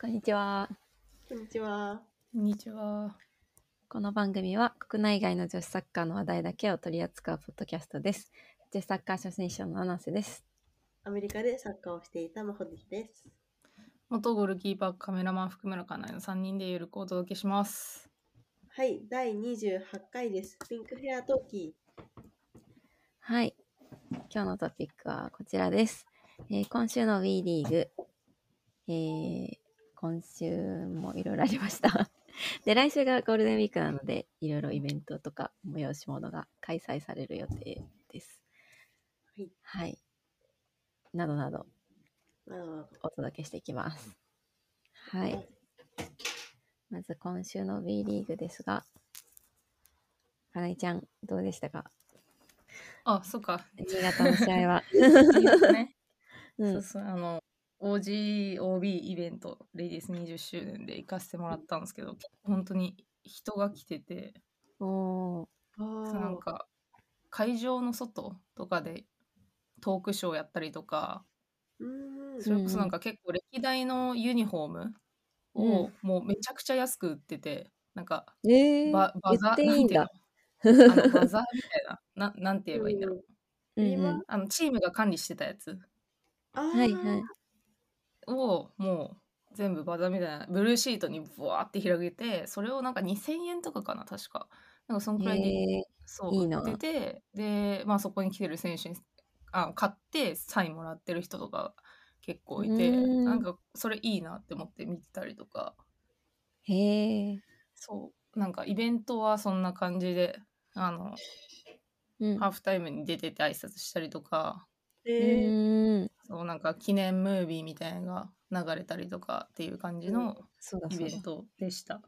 こんにちは。こんにちは。こんにちは。この番組は国内外の女子サッカーの話題だけを取り扱うポッドキャストです。女子サッカー初心者の七瀬です。アメリカでサッカーをしていたまほできです。元ゴールキーパー、カメラマン、福村かなえの3人でゆるくお届けします。はい、第28回です。ピンクヘアトーキはい。今日のトピックはこちらです。えー今週の WE リーグ、えー今週もいろいろありました。 で、来週がゴールデンウィークなので、いろいろイベントとか催し物が開催される予定です。はい。はい。などなどー。あーお届けしていきます。はい。まず今週の B リーグですが、かなえちゃん、どうでしたかあ、そうか。新潟の試 合は。いいですねう、そうんそう、あの、OGOB イベント、レディース20周年で行かせてもらったんですけど、本当に人が来てて、おーあそうなんか、会場の外とかでトークショーやったりとか、うーん。それこそなんか結構歴代のユニフォームをうもうめちゃくちゃ安く売ってて、なんか、えー、ババ言ザっていいんだ。なんていう のあのバザーみたいなななんて言えばいいんだろう、う言んいうんますあのチームが管理してたやつあーはいはい。をもう全部バザーみたいなブルーシートにブワーって広げてそれをなんか2000円とかかな確かなんかそんくらいで、えそういいな売っててで、まあ、そこに来てる選手にあ買ってサインもらってる人とか結構いてうんなんかそれいいなって思って見てたりとかー、へえそうなんかイベントはそんな感じであのー。うんハーフタイムに出てて挨拶したりとかえー、うんそうなんか記念ムービーみたいなのが流れたりとかっていう感じのそうだイそベうだン。トでした。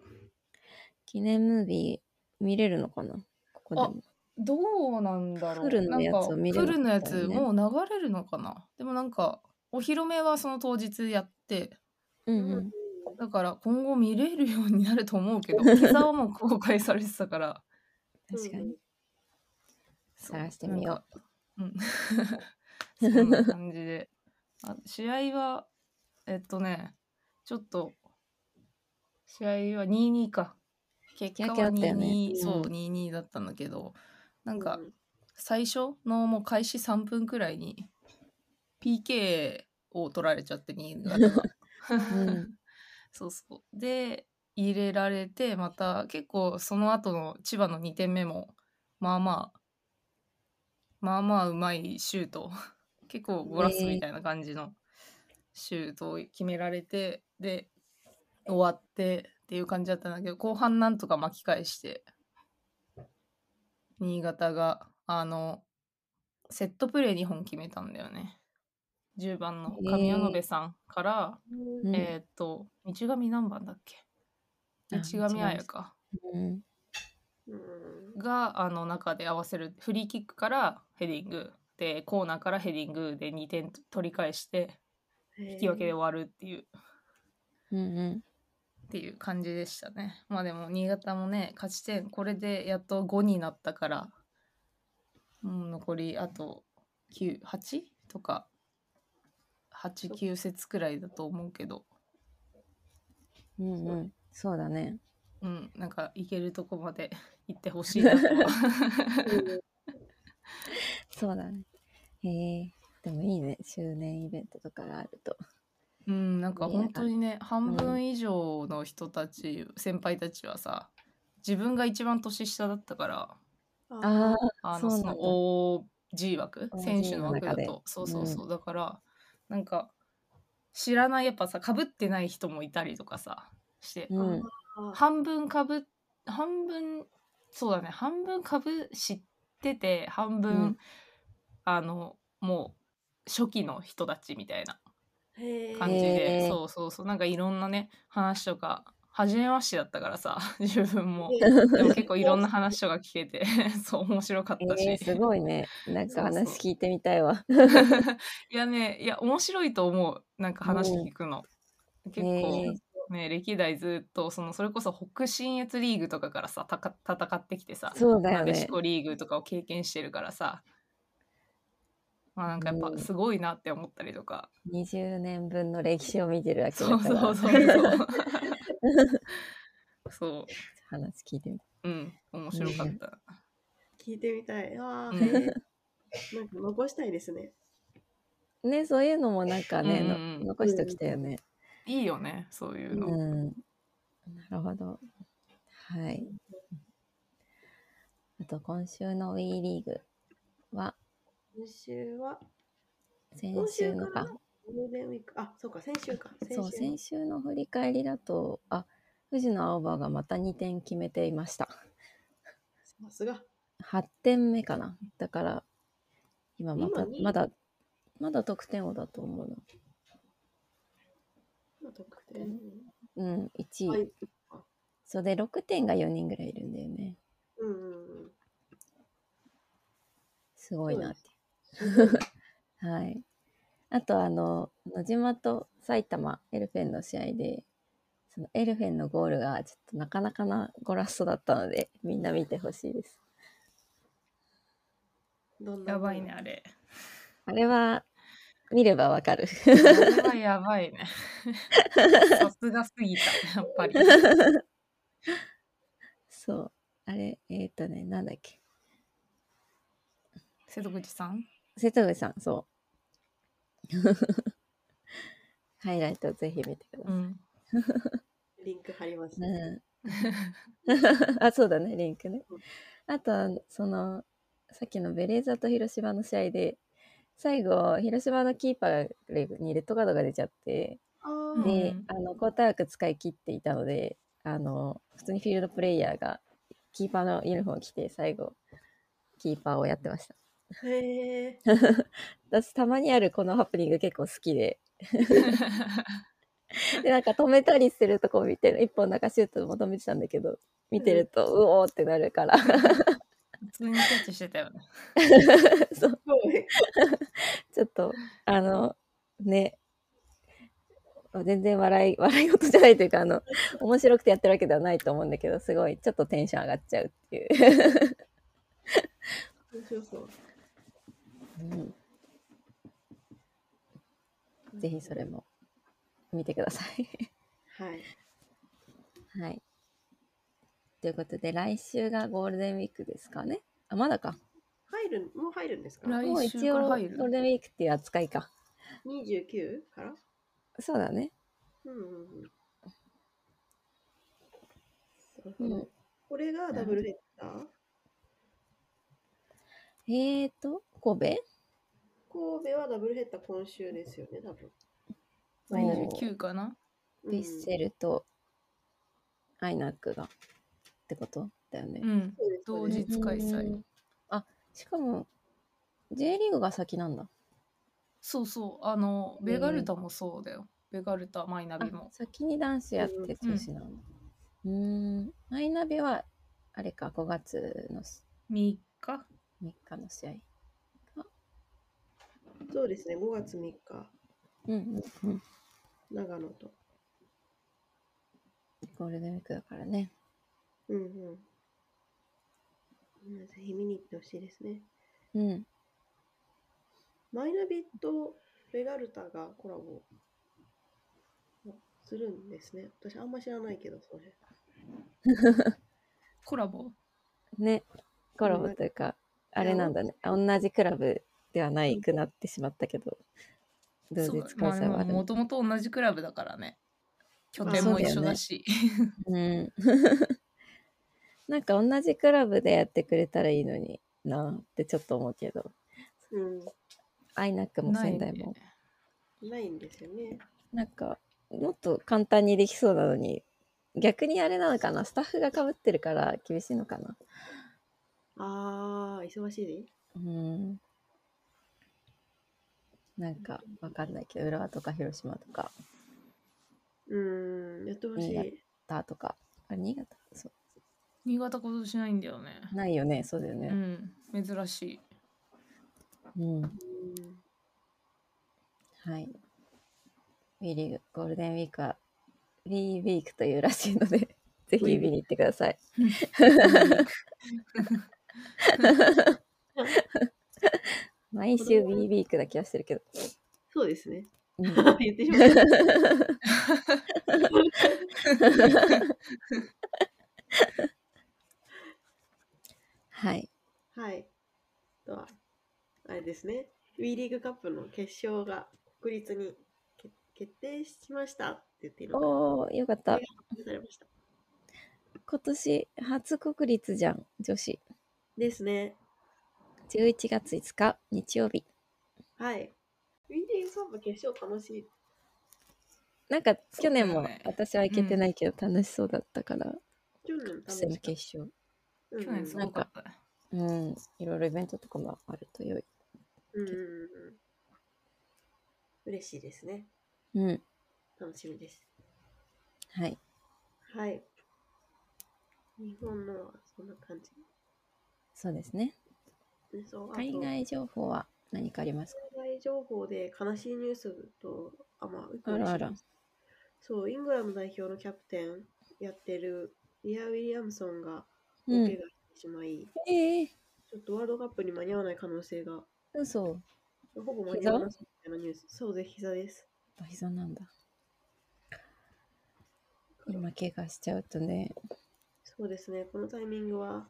記念ムービー見れるのかなここでも。どうなんだろうフルのやつを見れなんかフルのなやかったよねつもう流れるのかなでもなんかお披露目はその当日やってうんうん。だから今後見れるようになると思う けど膝はもう公開されてたから確かに。そう探してみよなんか うんそんな感じであ試合はえっとねちょっと試合は2-2か結果引き分けだはったよね2-2、そううん2-2だったんだけどななんか最初のもう開始3分くらいに PK を取られちゃって新潟が、んそうそうで入れられてまた結構その後の千葉の2点目もまあまあまあまあうまいシュート 結構ゴラスみたいな感じのシュートを決められて、で終わってっていう感じだったんだけど後半なんとか巻き返して新潟があのセットプレー2本決めたんだよね10番の神谷部さんから、うんえーっと道上何番だっけあ道上彩香うんうんがあの中で合わせるフリーキックからヘディングでコーナーからヘディングで2点取り返して引き分けで終わるっていううんうん。っていう感じでしたね。まあでも新潟もね勝ち点これでやっと5になったから、うん、残りあと98とか89節くらいだと思うけど、うんうん。そうだね。うん、なんかいけるとこまで行ってほしいなとはそうだね。へえ。でもいいね。周年イベントとかがあると。うんなんか本当にね半分以上の人たち、先輩たちはさ自分が一番年下だったからああ、あそうのなんそだの OG 枠 OG 選手の枠だの中でとそうそうそう、だからなんか知らないやっぱさかぶってない人もいたりとかさして、うん。あー半分かぶ半分そうだね半分かぶ知ってて半分、うんあのもう初期の人たちみたいなへー感じで、へーそうそうそうなんかいろんなね話とか初めましてだったからさ 自分もえーでも結構いろんな話とか聞けて そう面白かったし、えー、すごいね。なんかそう話そ聞いてみたいわ。いやねいや面白いと思うなんか話聞くの、結構ね、歴代ずっとそのそれこそ北信越リーグとかからさたか戦ってきてさそうだなよでしね。こリーグとかを経験してるからさまあなんかやっぱすごいなって思ったりとか、 20年分の歴史を見てるわけだそかうらそうそうそう そ話聞いてみてううん面白かった、聞いてみたい。わあ、うんえーなんか残したいですね。ねそういうのもなんかね、のうんうんうん残しておきたいよね、いいよねそういううんの、なるほどはいあと今週の WE リーグは今週は先今週週のかからゴールデンウィーク。あ、そうか、先週か。先週そう先週の振り返りだとあ藤野青葉がまた2点決めていましたさすが。 8点目かなだから今また今にまだまだ得点王だと思うなまあ得点。うん1位、はいそうで6点が4人ぐらいいるんだよねうんうんうん。すごいなって。 はい。あとあの野島と埼玉エルフェンの試合でそのエルフェンのゴールがちょっとなかなかなゴラストだったのでみんな見てほしいです。どんなやばいね。あれあれは見ればわ かる。あれはやば いねさすがすぎたやっぱりそう。あれ、えっ、ー、とね、なんだっけ。瀬戸口さん瀬戸口さん、そう。 ハイライトぜひ見てくだうさい。んリンク貼ります。うん あそうだねリンクねあとそのさっきのベレーザと広島の試合で最後広島のキーパーにレッドカードが出ちゃってあうんーで、あの交代枠使い切っていたのであの普通にフィールドプレイヤーがキーパーのユニフォームを着て最後キーパーをやってましたへえ。私たまにあるこのハプニング結構好きででなんか止めたりするとこ見てる一本中シュートも止めてたんだけど見てるとうおーってなるから 普通にキャッチしてたよねそう、すごい。ちょっと、あの、ね、全然笑い、笑い事じゃないというか、あの、面白くてやってるわけではないと思うんだけど、すごい、ちょっとテンション上がっちゃうっていう。面白そう。ぜひそれも見てください。はい。 はい。ということで、来週がゴールデンウィークですかね。あ、まだか。入る、もう入るんですか来もう週一か応、らゴ入るールデンウィークっていう扱いか。 ?29 からそうだね。うんうんうんなるうほど。ん。これがダブルヘッダーえーと、神神戸はダブルヘッダー今週ですよね、多分。戸29かなうんヴィッセルとアイナックがってことだよねう。んそうです同時開催うんあしかも J リーグが先なんだ。そうそうあのベガルタもそうだよ、ベガルタマイナあビも先に男子やって女子なんだ。うーん。マイナビはあれか5月のし3日3日の試合。そうですね、5月3日、うんうんうん。長野と。ゴールデンウィークだからね。うんうんうん。ぜひ見に行ってほしいですね。うん。マイナビとベガルタがコラボするんですね。私あんま知らないけど、それ。コラボね。コラボというか、あれなんだね。あ同じクラブではないくなってしまったけど、同そ日う開催はあまあるんだもともと同じクラブだからね拠点も一緒だしうん。 なんか同じクラブでやってくれたらいいのになってちょっと思うけど、うアイナックも仙台も。ん。ないんですよね。なんか、もっと簡単にできそうなのに、逆にあれなのかな、スタッフがかぶってるから厳しいのかな。ああ、忙しいうん。なんかわかんないけど、浦和とか広島とか、うん、やってほしうんい。田とか、あれ新潟そ新潟今年ないんだよねう。ないよね、そうだよね。うん珍しいうん。うんはい。ウィリーグ、ゴールデンウィークは、ウィーウィークというらしいので、 ぜひ見に行ってください。毎週 B ビークな気がしてるけど。そうですね。うん 言ってしまった。はい。はい。あとは、あれですね。WE リーグカップの決勝が国立に決決定しましたって言っているのがおー、よかった。発表されました。今年初国立じゃん、女子。ですね。 11月5日、日曜日。はい。WE リーグカップ決勝楽しい。なんか去年もそうだね私は行けてないけど楽しそうだったから、去年楽し戦かった。決勝。うん去年すごかったね。うん、いろいろイベントとかもあると良い。うんうんうんうん。嬉しいですね。うん、楽しみです。はい。はい。日本のはそんな感じ。そうですね。でそうあと海外情報は何かありますか海外情報で悲しいニュースと、あ、まあ、あらあらそう、イングランド代表のキャプテンやってるリア・ウィリアムソンが大う怪我ん。してしまい、ちええょっとワールドカップに間に合わない可能性が、ー、嘘。ほぼ間に合わないみたいなニュース。そうです、膝です。お膝なんだ。今怪我しちゃうとね。そうですね、このタイミングは、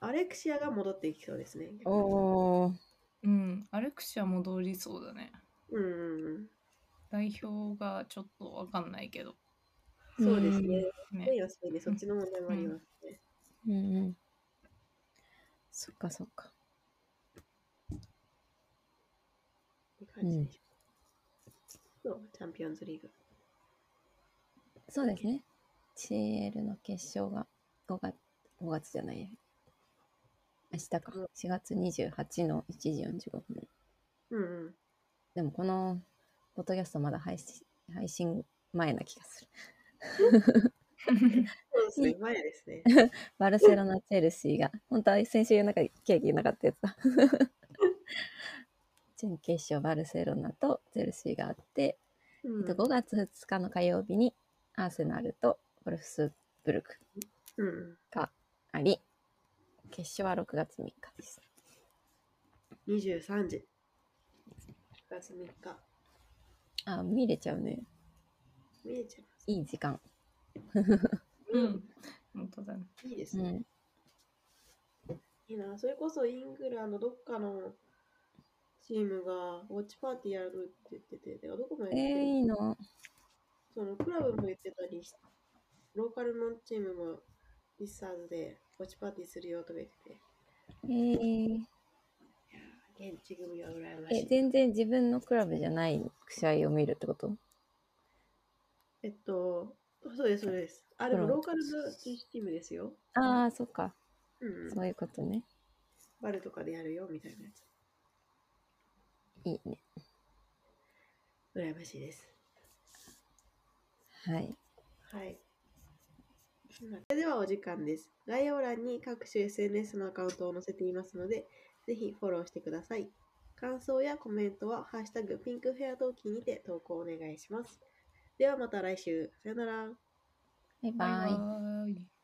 アレクシアが戻ってきそうですね。おー。うん、アレクシア戻りそうだね。うんうん代表がちょっとわかんないけど。うん、そうですね。ねスペインはスペインでそっちの問題もありますね。うんうん。そっかそっか。って感じでしょうそうチャンピオンズリーグ。そうですね。CL の決勝が5月、5月じゃないや。明日か。4月28の1時45分。うんうん。でもこの、ポッドキャストまだ配信、配信前な気がする。 そうですね、前ですね。バルセロナ・チェルシーが、本当は先週なんかケーキなかったやつだ。 準決勝バルセロナとチェルシーがあって、うんえっと5月2日の火曜日にアーセナルとボルフスブルクうんあり、決勝は6月3日です。うん、23時。9月3日。あ、見れちゃうね。見えちゃいまいい時間。う うんん。本当だね。す。いいですうね。ん。いいな。それこそイングランドどっかのチームがウォッチパーティーやるって言ってて、てかどこもやえっー、てる、いいの。そのクラブも言ってたりし、ローカルのチームもリッサーズでウォッチパーティーするよとか言ってて、えー、現地組は羨ましえ、い。全然自分のクラブじゃない試合を見るってことえっと、そうです、そうです。あ、でもローカルの女子チームですよ。ああ、そっか。うん。そういうことね。バルとかでやるよみたいなやつ。いいね。羨ましいです。はい。はい。それではお時間です。概要欄に各種 SNS のアカウントを載せていますので、ぜひフォローしてください。感想やコメントは、ハッシュタグピンクフェアトーキーにて投稿お願いします。ではまた来週。さよなら。バイバイ。バイバイ